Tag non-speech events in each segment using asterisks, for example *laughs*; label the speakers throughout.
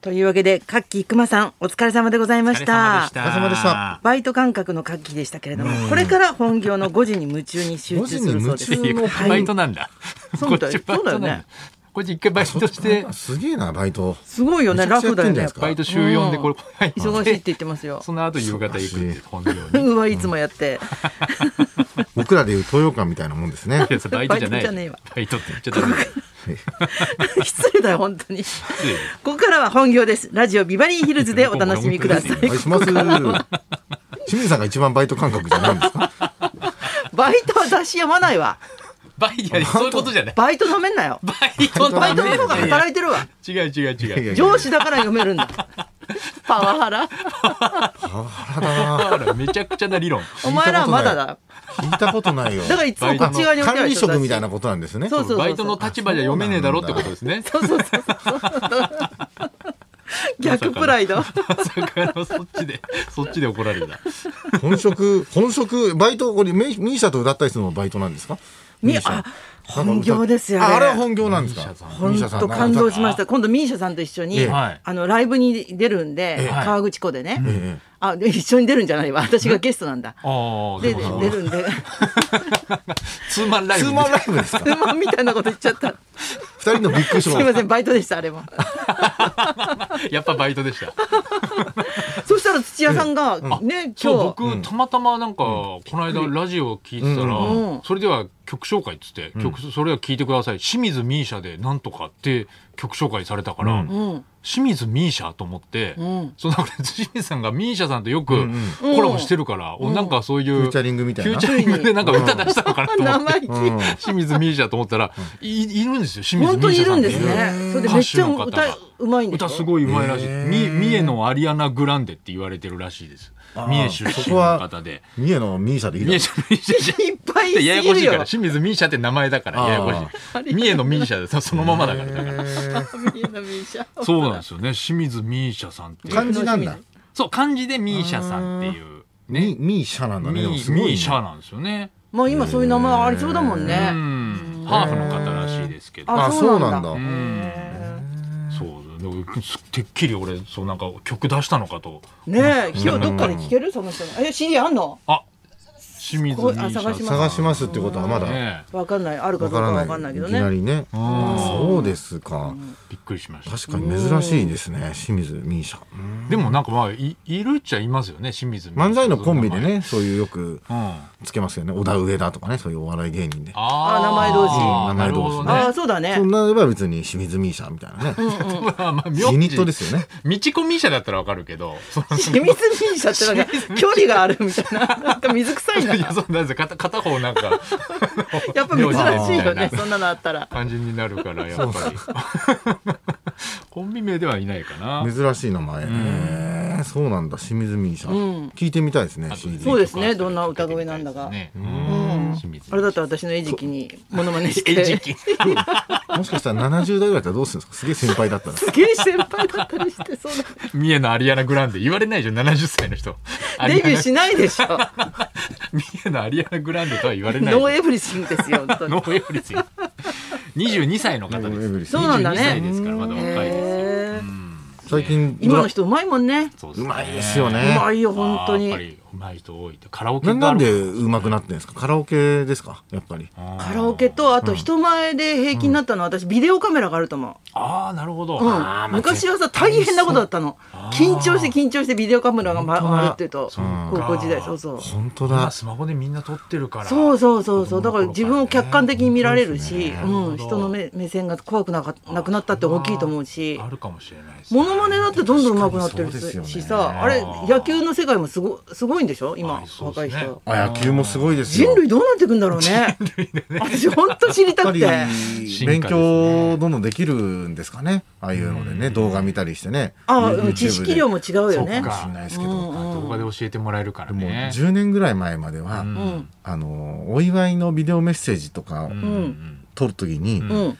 Speaker 1: というわけで、カッキー熊さん、お疲れ様でございまし
Speaker 2: 様で
Speaker 1: た
Speaker 2: した。
Speaker 3: お疲れ様でした
Speaker 1: バイト感覚のカッキーでしたけれども、
Speaker 3: うん
Speaker 1: これから本業の5時に夢中に集中するそうです。
Speaker 3: 5時に夢中の
Speaker 1: はい
Speaker 2: バイトなんだ。
Speaker 1: そうだ
Speaker 2: こっちバイトなん
Speaker 1: そうだよね
Speaker 2: こっち一回バイトして、
Speaker 3: すげえなバイト
Speaker 1: すごいよね、
Speaker 3: めちゃ
Speaker 1: ラ
Speaker 3: くちゃ
Speaker 1: フ
Speaker 3: やって
Speaker 1: だよ
Speaker 3: んじ
Speaker 1: ね、やっ
Speaker 3: ゃないです
Speaker 1: ぱ
Speaker 3: か
Speaker 2: バイト週4でこれ、
Speaker 1: 忙しいって言ってますよ。
Speaker 2: その後夕方行くって、本業に。
Speaker 1: *laughs* うわ、いつもやって。
Speaker 3: 僕らでいう東洋館みたいなもんですね
Speaker 2: いやそれバイトじゃな
Speaker 1: バイトじゃねえ
Speaker 2: い
Speaker 1: わ。
Speaker 2: バイトって言っちゃダメだよ。
Speaker 1: 失礼だよ、本当に。ここからは本業です。ラジオビバリーヒルズでお楽しみください
Speaker 3: お。願いします清水さんが一番バイト感覚じゃないんですか
Speaker 1: バイトは出しやまないわ。
Speaker 2: バイト、そういうことじゃない。
Speaker 1: バイト飲めんなよ。
Speaker 2: バイト
Speaker 1: バイト
Speaker 2: だ
Speaker 1: の方が
Speaker 2: ね
Speaker 1: 働いてるわ。
Speaker 2: 違う違う
Speaker 3: い
Speaker 2: 違
Speaker 3: や
Speaker 2: う。
Speaker 3: いや
Speaker 1: 上司だから読め
Speaker 3: *laughs*
Speaker 1: るんだ。パワハラ
Speaker 2: だからめちゃくちゃな理論。
Speaker 1: お前らはまだだ。
Speaker 3: 聞いたことないよ
Speaker 1: だからいつもこっち側に置いてあ
Speaker 3: 管
Speaker 1: る
Speaker 3: 理
Speaker 1: 人
Speaker 3: 職
Speaker 1: た
Speaker 3: み
Speaker 1: ち
Speaker 3: たいなことなんですね
Speaker 1: そうそう
Speaker 2: バイトの立場じゃ読めねえだろってことですね。
Speaker 1: 逆プライド。
Speaker 2: まさかのそっちで、そっちで怒られた。
Speaker 3: 本職本職バイトこれミミーシャと歌ったりするのもバイトなんですか
Speaker 1: み
Speaker 3: ミーシャ
Speaker 1: あ本業ですよ
Speaker 3: ああ
Speaker 1: ね
Speaker 3: れは本業なんですか
Speaker 1: 本
Speaker 3: ミーシャさん
Speaker 1: 当感動しました。今度ミーシャさんと一緒に、
Speaker 3: ええ
Speaker 2: はい
Speaker 1: あのライブに出るんで、
Speaker 3: ええ
Speaker 1: 川口湖でね、
Speaker 3: ええ
Speaker 1: あで一緒に出るんじゃないわ。私がゲストなんだ。
Speaker 2: ああ、
Speaker 1: で
Speaker 2: で
Speaker 1: で
Speaker 2: も、
Speaker 1: 出るんで、
Speaker 2: ツーマンライ
Speaker 3: ツ
Speaker 2: ブ
Speaker 3: ー
Speaker 2: みたい
Speaker 3: マ
Speaker 2: な。
Speaker 3: ンライブですか
Speaker 1: うまみたいなこと言っちゃった。
Speaker 3: 二人のビッグシ
Speaker 1: す
Speaker 3: ョ
Speaker 1: みませ
Speaker 3: ー
Speaker 1: ん、バイトでしたあれも。
Speaker 2: やっぱバイトでした。
Speaker 1: そしたら土屋さんがね
Speaker 2: そう
Speaker 1: 今日。
Speaker 2: 僕たまたまなんか、この間ラジオ聞いてたら、
Speaker 1: うんうん
Speaker 2: それでは曲紹介っつって、曲それは聞いてください清水ミーシャでなんとかって曲紹介されたから、
Speaker 3: うん
Speaker 1: うん
Speaker 2: 清水ミーシャと思って、
Speaker 1: うん
Speaker 2: そのなんか清水さんがミーシャさんとよく
Speaker 3: うん
Speaker 1: うん
Speaker 2: コラボしてるから、おなんかそういう
Speaker 3: フューチャリングみたいな
Speaker 2: フューチャリングでなんか歌出したのかなと思っ
Speaker 1: 生
Speaker 2: て、
Speaker 1: 意気。
Speaker 3: うん
Speaker 2: 清水ミーシャと思ったら、いいるんですよ清水
Speaker 1: 本
Speaker 2: ミー
Speaker 1: 当に
Speaker 2: シ
Speaker 1: い
Speaker 2: ャ
Speaker 1: る
Speaker 2: さ
Speaker 1: ん
Speaker 2: んっ
Speaker 1: で
Speaker 2: てい
Speaker 1: す
Speaker 2: う
Speaker 1: ね。それでめっちゃ
Speaker 2: 歌手の方
Speaker 1: 歌
Speaker 2: が
Speaker 1: うまいんでしょ。
Speaker 2: 歌すごいうまいらしい、
Speaker 3: へー
Speaker 2: み三重のアリアナ・グランデって言われてるらしいです三重出身の方で
Speaker 3: 三重のミーシャでいいだ
Speaker 2: 三
Speaker 3: ろ
Speaker 2: 重じゃミーシャじゃ
Speaker 1: いっぱいいす
Speaker 2: いややこ
Speaker 1: ぎ
Speaker 2: し
Speaker 1: る
Speaker 2: いから
Speaker 1: よ。
Speaker 2: 清水ミーシャって名前だからややこしい三重のミーシャでそそのままだからだから
Speaker 1: みんなミーシャ
Speaker 2: そうなんですよね清水ミーシャさんって
Speaker 3: 漢字なんだ
Speaker 2: そう漢字でミーシャさんっていう
Speaker 3: ミ
Speaker 2: ね
Speaker 3: ミーシャなんだ
Speaker 2: ミ
Speaker 3: ねでもす
Speaker 2: ー
Speaker 3: ごいね
Speaker 2: ミーシャなんですよね
Speaker 1: もう今そういう名前ありそうだもん
Speaker 2: う
Speaker 1: ね。
Speaker 2: んハーフの方らしいですけど
Speaker 3: あそうなんだ
Speaker 2: うんそうでもてっきり俺そうなんか曲出したのかと
Speaker 1: ねえ、今日どっかで聞けるその人の。え、CD あんの
Speaker 2: あ清水ミーシ
Speaker 1: あ探し
Speaker 2: ャ
Speaker 1: ま
Speaker 2: さん
Speaker 3: 探しますってことはまだ
Speaker 2: ねえ
Speaker 1: わかんない。あるかど
Speaker 3: わ
Speaker 1: うか
Speaker 3: からな
Speaker 1: わ
Speaker 3: い
Speaker 1: かんないけ
Speaker 3: い
Speaker 1: ど
Speaker 3: きな
Speaker 1: ね。
Speaker 3: りね
Speaker 2: ん
Speaker 3: そうですか
Speaker 2: びっくりしました
Speaker 3: 確かに珍しいですね清水ミーシャうん
Speaker 2: でもなんかまあいいるっちゃいますよね清水ミーシャ
Speaker 3: 漫才のコンビでねそういうよく
Speaker 2: うん
Speaker 3: つけますよね小田上田とかねそういうお笑い芸人で
Speaker 2: あ
Speaker 1: あ名前同士
Speaker 2: あー
Speaker 3: 名前同士ね
Speaker 2: な
Speaker 1: あ
Speaker 2: る
Speaker 1: あ、そうだね
Speaker 3: そん。なれば別に清水ミーシャみたいなね
Speaker 2: ほどねまあまあ名字
Speaker 3: ユニットですよね
Speaker 2: みちこみーシャだったらわかるけど、その
Speaker 1: 清水ミーシャってなん
Speaker 2: *laughs*
Speaker 1: か距離があるみたいな。なんか水臭いな。
Speaker 2: いや *laughs* そうなんですよ片片方なんか
Speaker 1: やっぱ珍しいよ
Speaker 2: 名字みた
Speaker 1: ね
Speaker 2: い。な
Speaker 1: そんなのあったら。
Speaker 2: 感じになるからやっぱりコンビ名ではいないかな。
Speaker 3: 珍しい名前へーそうなんだ清水ミーシャ聞いてみたいですね CD
Speaker 1: そうですねどんな歌声なんだが
Speaker 2: ね
Speaker 1: うん
Speaker 2: 清水
Speaker 1: あれだったら私の餌食にモノマネして。
Speaker 2: えじき
Speaker 3: もしかしたら70代ぐらいだったらどうするんですかすげえ先輩だったら
Speaker 1: すげえ先輩だったりして、そう
Speaker 2: 三重のアリアナグランデ言われないでしょ70歳の人
Speaker 1: だ。デビューし
Speaker 2: な
Speaker 1: ないでしょ。
Speaker 2: 三重のアリアナグランデとは言われないでしょ
Speaker 1: ノーエブリシングですよ、本
Speaker 2: *laughs*
Speaker 1: 当に
Speaker 2: ノーエブ
Speaker 3: *laughs*
Speaker 2: リス22歳の方
Speaker 3: ノー
Speaker 2: で
Speaker 3: エブリ
Speaker 2: す。
Speaker 3: スそう
Speaker 1: なんだね
Speaker 2: 22歳ですからまだ若いですよ。
Speaker 1: へえ
Speaker 3: 最近ド
Speaker 1: 今
Speaker 3: ラ
Speaker 1: の人うまいもんね。
Speaker 2: そう
Speaker 3: うまいです
Speaker 2: ね
Speaker 3: よ
Speaker 1: うま
Speaker 3: ね
Speaker 1: いよ、本当
Speaker 2: あーやっぱ
Speaker 1: に。
Speaker 2: りうまい人多いってカラオケ
Speaker 3: ななんで
Speaker 2: で
Speaker 3: 上手くなってんですかカラオケですかやっぱり
Speaker 1: カラオケと、あと人前で平気になったのは、私、ビデオカメラがあると思
Speaker 2: ああなるほど、
Speaker 1: う。うん
Speaker 2: あーまあ
Speaker 1: 昔はさ、大変なことだったの。緊張して緊張してビデオカメラがま
Speaker 2: 本当だ
Speaker 1: 回るっていうと、
Speaker 2: そっか
Speaker 1: 高校時代、そうそう。
Speaker 3: 本当
Speaker 2: 今
Speaker 3: だ
Speaker 2: スマホでみんな撮ってるから
Speaker 1: そう
Speaker 2: う
Speaker 1: そうそうそう。だから
Speaker 2: 子供
Speaker 1: 自分を
Speaker 2: の頃からね
Speaker 1: 客観的に見られるし、
Speaker 2: 本当
Speaker 1: うん、
Speaker 2: だ
Speaker 1: 人の目目線が怖くなかなくなったって大きいと思うし
Speaker 2: あ。るかもしれないですね
Speaker 1: モノマネだってどんどん上手くなってる
Speaker 3: 確かにそうです
Speaker 1: し
Speaker 3: よね
Speaker 1: さ、あれ
Speaker 2: あー
Speaker 1: 野球の世界もすごすごいんでしょ今
Speaker 2: あそう
Speaker 1: 若い
Speaker 2: ですね
Speaker 1: 人。
Speaker 3: あ野球もすごいですよ
Speaker 1: 人類どうなってくんだろうね。私本当知りた
Speaker 3: やっぱ
Speaker 1: く
Speaker 3: り
Speaker 1: て。
Speaker 3: 勉強どんどんできるんですかねああいうのでね動画見たりしてね
Speaker 1: あ、
Speaker 3: YouTube
Speaker 1: うん
Speaker 3: で
Speaker 1: 知識量も違うよね
Speaker 2: そ
Speaker 3: か
Speaker 2: う。
Speaker 3: もしれないですけど、
Speaker 1: うん
Speaker 3: で
Speaker 2: 動画で教えてもらえるから
Speaker 3: もう
Speaker 2: ね
Speaker 3: 10年ぐらい前までは、
Speaker 2: うん
Speaker 1: うん
Speaker 3: あのお祝いのビデオメッセージとかを
Speaker 2: うん
Speaker 3: 撮るときに、
Speaker 1: うん。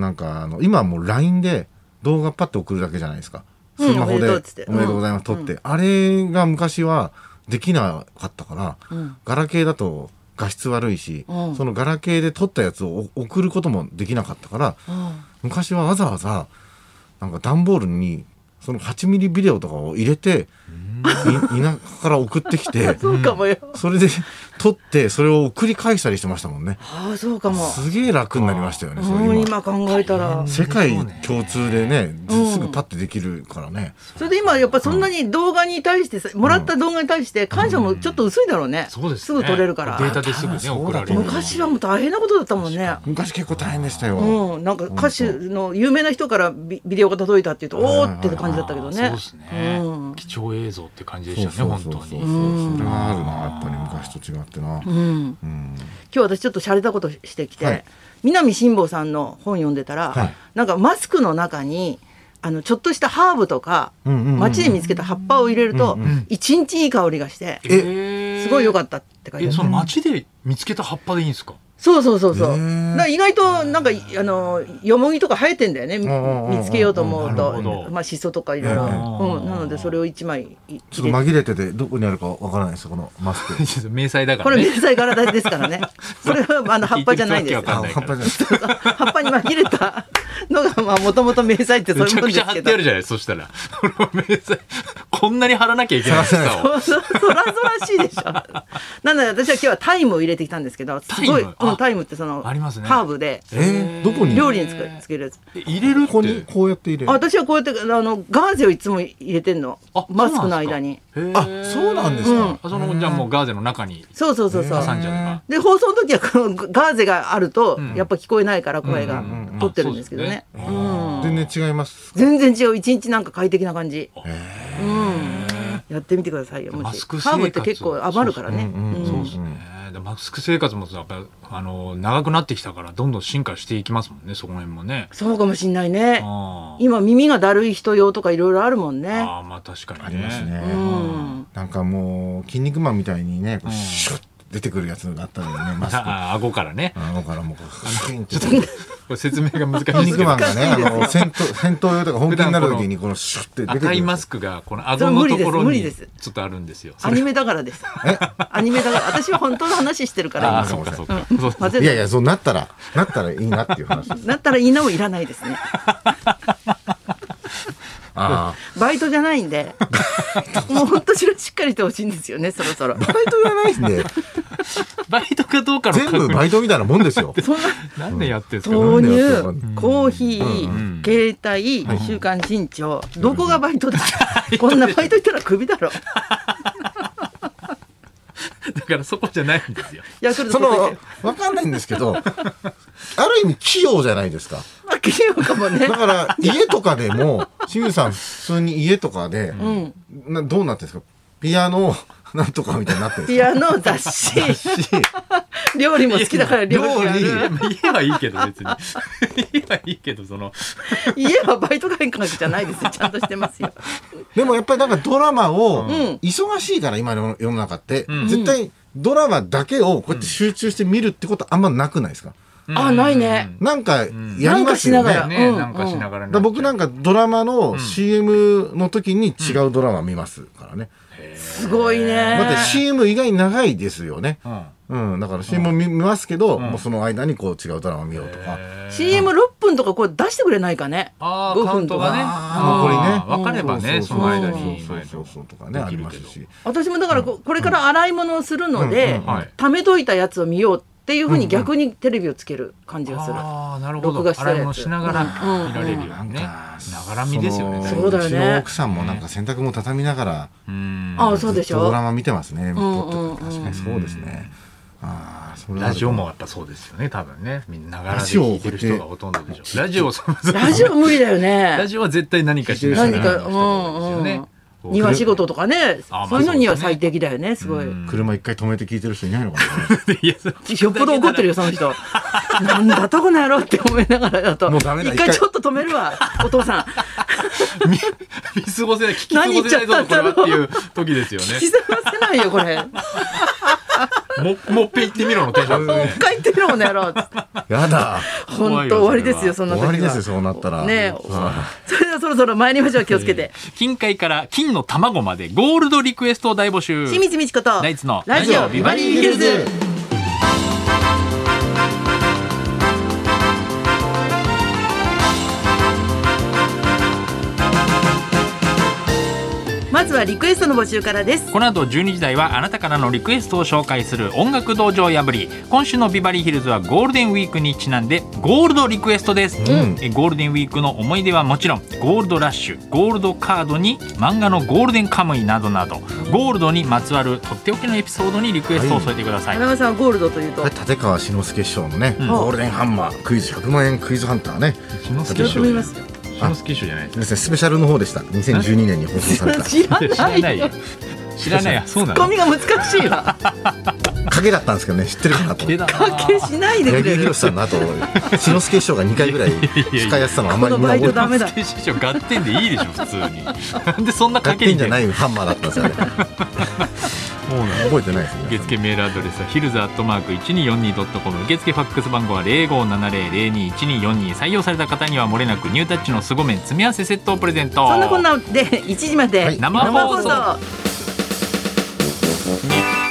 Speaker 3: なんかあの今はもう LINE で動画パッて送るだけじゃないですか
Speaker 1: うん
Speaker 3: スマホ
Speaker 1: おめで
Speaker 3: で
Speaker 1: とうっつって
Speaker 3: 「おめでとうございます」撮って、あれが昔はできなかったから、
Speaker 1: ん
Speaker 3: ガラケーだと画質悪いし、
Speaker 1: うん
Speaker 3: そのガラケーで撮ったやつをお送ることもできなかったから、
Speaker 1: うん
Speaker 3: 昔はわざわざなんか段ボールにその8ミリビデオとかを入れてい *laughs* 田舎から送ってき
Speaker 1: *laughs*
Speaker 3: て
Speaker 1: そうかもよ。
Speaker 3: それで撮ってそれを送り返したりしてましたもんね
Speaker 1: ああ、そうかも。
Speaker 3: すげえ楽になりましたよねそ
Speaker 1: も
Speaker 3: れ
Speaker 1: う
Speaker 3: 今
Speaker 1: 今考えたら。
Speaker 3: 世界共通でね
Speaker 1: うん
Speaker 3: すぐパッてできるからね
Speaker 1: それで今やっぱそんなに動画に対してさ、もらった動画に対して感謝もちょっと薄いだろうね。
Speaker 2: そうです、ね、
Speaker 1: ぐ取れるから
Speaker 2: デ。ータですぐね
Speaker 3: そう
Speaker 2: 送
Speaker 3: だ
Speaker 2: ら
Speaker 3: と
Speaker 2: れ
Speaker 3: 思
Speaker 2: る
Speaker 3: う
Speaker 1: 昔はもう大変なことだったもんね。
Speaker 3: 昔結構大変でしたよ、
Speaker 1: うん、なんか歌手の有名な人からビビデオが届いたっていうと、
Speaker 3: はい
Speaker 1: お
Speaker 3: はいはい
Speaker 1: ーって感じだったけど
Speaker 2: あー
Speaker 1: ね
Speaker 2: そうで。すね、
Speaker 1: うん
Speaker 2: 貴重映像って感じで
Speaker 3: そう
Speaker 2: した
Speaker 3: そ
Speaker 2: よ
Speaker 3: う
Speaker 2: ね
Speaker 3: そうそう
Speaker 2: 本
Speaker 3: そ
Speaker 2: 当
Speaker 3: う
Speaker 2: に
Speaker 3: それはあるなやっぱり昔と違ってな
Speaker 1: うん、
Speaker 3: うん
Speaker 1: 今日私ちょっと洒落たことしてきて、
Speaker 3: はい
Speaker 1: 南辛坊さんの本読んでたら、
Speaker 3: はい
Speaker 1: なんかマスクの中にあのちょっとしたハーブとか、
Speaker 3: うんうんうん
Speaker 1: 街で見つけた葉っぱを入れると、
Speaker 3: うん
Speaker 2: うん
Speaker 1: 一日いい香りがして、
Speaker 2: え
Speaker 1: すごい良か
Speaker 2: っ
Speaker 1: ったって書いてあ
Speaker 2: え
Speaker 1: る
Speaker 2: その街で見つけた葉っぱでいい
Speaker 1: *laughs*
Speaker 2: んですか
Speaker 1: そうそうそうそう。
Speaker 3: へー
Speaker 1: だから意外となんかあのよもぎとか生えてんだよね。
Speaker 3: んうんうん
Speaker 1: 見つけようと思う
Speaker 2: な
Speaker 1: と
Speaker 2: るほ、ど
Speaker 1: まあシソとかいろいろ。
Speaker 3: うん
Speaker 2: うん
Speaker 1: うん、なのでそれを一枚い
Speaker 3: ちょっ
Speaker 1: 入
Speaker 3: と
Speaker 1: れて。
Speaker 3: 紛れててどこにあるかわからないですこのマスク
Speaker 2: ちょっと迷彩だか
Speaker 1: こ
Speaker 2: ら
Speaker 1: れ
Speaker 2: ね
Speaker 1: 迷彩柄だです
Speaker 3: *laughs*
Speaker 1: からね。これはあの葉っぱじゃないんですよ
Speaker 2: 聞いてる人はわ。かんない
Speaker 3: あ
Speaker 2: か
Speaker 3: 葉っ
Speaker 2: ら
Speaker 3: ぱじゃないです
Speaker 1: 葉っぱに紛れたのがまあもともと迷彩ってそう
Speaker 2: め
Speaker 1: いう
Speaker 2: ち
Speaker 1: も
Speaker 2: ゃ
Speaker 1: ので
Speaker 2: くちゃ
Speaker 1: す
Speaker 2: 貼っ
Speaker 1: け
Speaker 2: て
Speaker 1: ど
Speaker 2: ある。じゃないそしたら *laughs* 迷彩こんなに貼らなきゃいけない
Speaker 3: 探せない
Speaker 2: 草を
Speaker 1: *laughs* *laughs* そそらそらしいでしょ。なので私は今日はタイムを入れてきたんですけど、すごい、
Speaker 2: タイム
Speaker 1: う
Speaker 2: あ
Speaker 1: ん、タイムってその、
Speaker 2: ありますね
Speaker 1: ハーブで
Speaker 3: えーどこに
Speaker 1: 料理につくつけるやつ。
Speaker 2: え入れる
Speaker 3: ここ
Speaker 2: っ
Speaker 3: に
Speaker 2: て
Speaker 3: こうやって入れる
Speaker 1: あ私はこうやってあのガーゼをいつも入れてんの
Speaker 2: あ
Speaker 1: マスクの間に
Speaker 2: そうなん
Speaker 3: あ
Speaker 2: ですかへー
Speaker 3: そうなんですか、
Speaker 1: うん
Speaker 2: あそのじゃあもうガーゼの中に
Speaker 1: そうそうそうそう、
Speaker 2: 挟んじゃえば
Speaker 1: で放送の時はこのガーゼがあると、
Speaker 2: ん
Speaker 1: やっぱ聞こえないから声が
Speaker 2: うんうんうん
Speaker 1: 取ってるんですけどね,、
Speaker 2: あ
Speaker 1: うん
Speaker 3: 全然違います
Speaker 1: 全然違う一日なんか快適な感じ、うん、やってみてくださいよも
Speaker 2: マ
Speaker 1: し
Speaker 2: スク生活
Speaker 1: ハーブって結構余るからね
Speaker 3: そうそううんうん
Speaker 2: そうですね。でマスク生活もやっぱりあの長くなってきたからどんどん進化していきますもんねそこら辺もね。
Speaker 1: そうかもしんないね
Speaker 2: あー
Speaker 1: 今耳がだるい人用とかいろいろあるもんね
Speaker 2: あーまあ確かにね。
Speaker 3: あります
Speaker 1: う
Speaker 3: ね、
Speaker 1: ん
Speaker 3: なんかもう「筋肉マン」みたいにねこう
Speaker 2: うん
Speaker 3: シュッて出てくるやつがあった
Speaker 2: *laughs*
Speaker 3: のよねマスクあ
Speaker 2: あー顎からね。
Speaker 3: のからもうこうシュンって
Speaker 2: ちょっ *laughs* とこれ説明が難しいです
Speaker 3: 筋
Speaker 2: け
Speaker 3: 肉
Speaker 2: ど
Speaker 3: マン。がねあの戦闘戦闘用とか本気になる時にこのシュッて出てく
Speaker 2: 赤
Speaker 3: る
Speaker 2: い
Speaker 3: や
Speaker 2: マ
Speaker 3: つ
Speaker 2: スクがこの顎のところ
Speaker 1: 無理
Speaker 2: に
Speaker 1: で
Speaker 2: ち
Speaker 1: す無理で
Speaker 2: ょっとあるんですよ。
Speaker 1: アニメだからですアニメだから私は本当の話してるから今
Speaker 2: ああーそうかそうか。そうです
Speaker 1: 混ぜ
Speaker 3: い
Speaker 1: ない
Speaker 3: やいやそうなったらなったらいいなっていう
Speaker 2: *laughs*
Speaker 3: 話です
Speaker 1: なったらいいなもいらないですね。
Speaker 3: あ
Speaker 1: バイトじゃないんで、もう本当しっかりしてほしいんですよね、そろそろ。
Speaker 3: あバイトじゃないんで
Speaker 2: バイトかどうかの
Speaker 3: 全
Speaker 2: 確
Speaker 3: 部バ
Speaker 2: 認。
Speaker 3: イトみたいなもんです
Speaker 2: *laughs*
Speaker 3: よ
Speaker 1: そんな
Speaker 2: なんでやってるんですか。
Speaker 1: 豆
Speaker 3: なん
Speaker 1: 乳
Speaker 3: だよってわかん、
Speaker 1: コーヒー、
Speaker 2: うん
Speaker 1: 携帯、週刊新潮、どこがバイトだ。こんなバイトしたらクビだろ。
Speaker 2: だからそこじゃないん *laughs* ですよ。
Speaker 1: ヤクルト
Speaker 3: そ
Speaker 1: 届いて
Speaker 3: の
Speaker 1: る。
Speaker 3: わかんないんですけどある意味器用じゃないですか
Speaker 1: あ、切れようかもね
Speaker 3: だ。
Speaker 1: *laughs*
Speaker 3: から家とかでも清水さん普通に家とかで、
Speaker 1: うん。
Speaker 3: などうなってるんですかピアノなんとかみたいになってるんで
Speaker 1: ピアノ雑 *laughs* 誌、
Speaker 3: すか
Speaker 1: 料理も好きだから料理や
Speaker 3: 料
Speaker 1: る。
Speaker 2: 家はいいけど別に。家はいいけど *laughs* その。
Speaker 1: 家はバイト感覚じゃないですよ。ちゃんとしてますよ。
Speaker 3: でもやっぱりなんかドラマを
Speaker 1: ん
Speaker 3: 忙しいから今の世の中って、
Speaker 2: うん
Speaker 3: 絶対ドラマだけをこうやって集中して見るってことあんまなくないですか、
Speaker 1: あないね
Speaker 2: うん
Speaker 3: なんか
Speaker 2: ん
Speaker 3: やります
Speaker 1: なんかしな
Speaker 3: よ
Speaker 1: がら
Speaker 3: ね。だか
Speaker 2: ね、
Speaker 1: うん
Speaker 2: なんかしながら
Speaker 3: ら僕なん
Speaker 2: か、
Speaker 3: かドラマの CM の時に違うドラマ見ますからね。
Speaker 1: すごいね。
Speaker 3: だって CM 以外長いですよね。
Speaker 2: うん
Speaker 3: うん、だから CM 見見ますけど、
Speaker 2: ん
Speaker 3: もうその間にこう違うドラマ見ようとか。
Speaker 1: CM6 分とかこう出してくれないかね。
Speaker 2: ああ
Speaker 1: 5
Speaker 2: カウン
Speaker 1: 分
Speaker 2: ト
Speaker 1: と
Speaker 2: が
Speaker 1: か
Speaker 2: ね
Speaker 3: あー
Speaker 2: あー分かればね
Speaker 3: そ
Speaker 2: そう
Speaker 3: そう
Speaker 2: の
Speaker 3: そう
Speaker 2: 間に
Speaker 3: そうそうそうとか
Speaker 2: で
Speaker 3: ね、あ
Speaker 2: き
Speaker 3: り
Speaker 2: る
Speaker 3: ま
Speaker 2: け
Speaker 3: す
Speaker 2: ど
Speaker 3: し。
Speaker 1: 私もだからここれから洗い物をするので、
Speaker 3: うんうん
Speaker 2: はい
Speaker 1: 貯めといたやつを見ようっていうふうに逆にテレビをつける感じがする。
Speaker 2: ああなるほ
Speaker 1: 録
Speaker 2: ど
Speaker 1: 画して
Speaker 2: 洗
Speaker 1: る
Speaker 2: い
Speaker 1: や
Speaker 2: 物
Speaker 1: つ
Speaker 2: しながら見られるよう
Speaker 3: なん
Speaker 2: にね
Speaker 3: か
Speaker 2: ながらみですよね
Speaker 3: の
Speaker 1: そうだよね
Speaker 3: うちの奥さんもなんか洗濯も畳みながら、
Speaker 2: うん
Speaker 1: ああそうでし
Speaker 3: ずっとドラ
Speaker 1: ょ。
Speaker 3: マ見てますね。
Speaker 1: ん
Speaker 3: 撮ってた確かにそうですね。ああ、それは
Speaker 2: ラ
Speaker 3: ある
Speaker 2: ジオもやっぱそうですよね多分ねみんなながら
Speaker 3: ラ
Speaker 2: で
Speaker 3: ジオ
Speaker 2: 聞いてる人がほとんどでしょう
Speaker 1: *laughs*
Speaker 2: ラジオそうそう
Speaker 1: ラジオ無理だよ
Speaker 2: ラ
Speaker 1: ね。
Speaker 2: ジオは絶対何かしながら
Speaker 1: 何か
Speaker 2: の人が多いですよねこう
Speaker 1: 庭仕事とかね、
Speaker 2: あまあ
Speaker 1: そういうのには
Speaker 2: そう
Speaker 1: 最
Speaker 2: ですね
Speaker 1: 適だよね。すごい。
Speaker 2: うん
Speaker 3: 車一回止めて聞いてる人いないのかな。
Speaker 2: いやそう
Speaker 1: よっぽど怒ってるよその
Speaker 3: *laughs*
Speaker 1: 人。なんだとこの野郎って思いながらだと。
Speaker 3: もうダメだ
Speaker 1: 一回
Speaker 3: 一回
Speaker 1: ちょっと止めるわお父
Speaker 3: *laughs*
Speaker 1: さん。
Speaker 2: 見見過ごせない聞き過ごせな
Speaker 1: 何
Speaker 2: いぞ
Speaker 1: 言っ
Speaker 2: こ
Speaker 1: ちゃ
Speaker 2: れ
Speaker 1: った
Speaker 2: は
Speaker 1: ん
Speaker 2: っ
Speaker 1: だ
Speaker 2: て
Speaker 1: ろ
Speaker 2: いう時ですよね
Speaker 1: 聞き覚ませないよこれ。も
Speaker 2: *laughs* ももっぺん行ってみろのテンション
Speaker 1: う一回言ってみろこの野郎っつって。
Speaker 2: *laughs*
Speaker 3: やだ。
Speaker 1: 本当終わりですよそんな
Speaker 3: 終
Speaker 1: 時は。
Speaker 3: わりですよ、そうなったら。
Speaker 1: ねえ
Speaker 3: は
Speaker 1: それではそろそろ参りましょう気を *laughs* つけて。
Speaker 2: 金塊から金の卵までゴールドリクエストを大募集
Speaker 1: 清水美智子と
Speaker 2: ナイツの
Speaker 1: ラジオビバリーヒルズ。まずはリクエストの募集からです
Speaker 2: この後12時台はあなたからのリクエストを紹介する音楽道場破り今週のビバリーヒルズはゴールデンウィークにちなんでゴールドリクエストです、
Speaker 3: ん
Speaker 2: えゴールデンウィークの思い出はもちろんゴールドラッシュゴールドカードに漫画のゴールデンカムイなどなどゴールドにまつわるとっておきのエピソードにリクエストを添えてください、
Speaker 1: 花山さんはゴールドというと
Speaker 3: はい立川志の輔師匠のね、
Speaker 2: うん
Speaker 3: ゴールデンハンマークイズ100万円クイズハンターね
Speaker 4: 篠
Speaker 1: よ
Speaker 4: 介
Speaker 1: ろしく
Speaker 4: 賞じ
Speaker 1: 見
Speaker 4: ゃな
Speaker 1: ま
Speaker 4: い
Speaker 1: すよ
Speaker 4: 篠介賞じゃ
Speaker 2: *laughs*
Speaker 4: ない
Speaker 3: ですねスペシャルの方でした2012年に放送
Speaker 1: *laughs*
Speaker 3: された
Speaker 1: 知ら
Speaker 4: 知ら
Speaker 1: な
Speaker 4: ないい
Speaker 1: よ
Speaker 4: よ知らないよそうな
Speaker 1: ゴ
Speaker 4: の
Speaker 1: ミが難しいわ
Speaker 3: 影だったんですけどね知ってるかなと思って
Speaker 2: だ
Speaker 1: 関係しないでくれ
Speaker 3: 八木
Speaker 1: る
Speaker 3: 弘さんの後志の輔師匠が2回ぐらい使いやすさのあんまり
Speaker 1: こ
Speaker 3: み
Speaker 1: の
Speaker 3: んな
Speaker 1: バイト
Speaker 3: 覚えて
Speaker 1: ダ
Speaker 3: な
Speaker 1: メだ
Speaker 2: スペシャルガッテンでいいでしょ普通になんでそんなかけ
Speaker 3: い
Speaker 2: に
Speaker 3: んじゃないいハンマーだったんですよあれ覚
Speaker 2: もうなの
Speaker 3: えてないですね
Speaker 2: 受付メールアドレスはヒルズアットマーク 1242.com 受付ファックス番号は0570021242採用された方にはもれなくニュータッチの凄麺詰め合わせセットをプレゼント
Speaker 1: そんなこんなで1時まで
Speaker 3: はい
Speaker 2: 生放
Speaker 1: 生放
Speaker 2: 送
Speaker 1: 送
Speaker 2: 日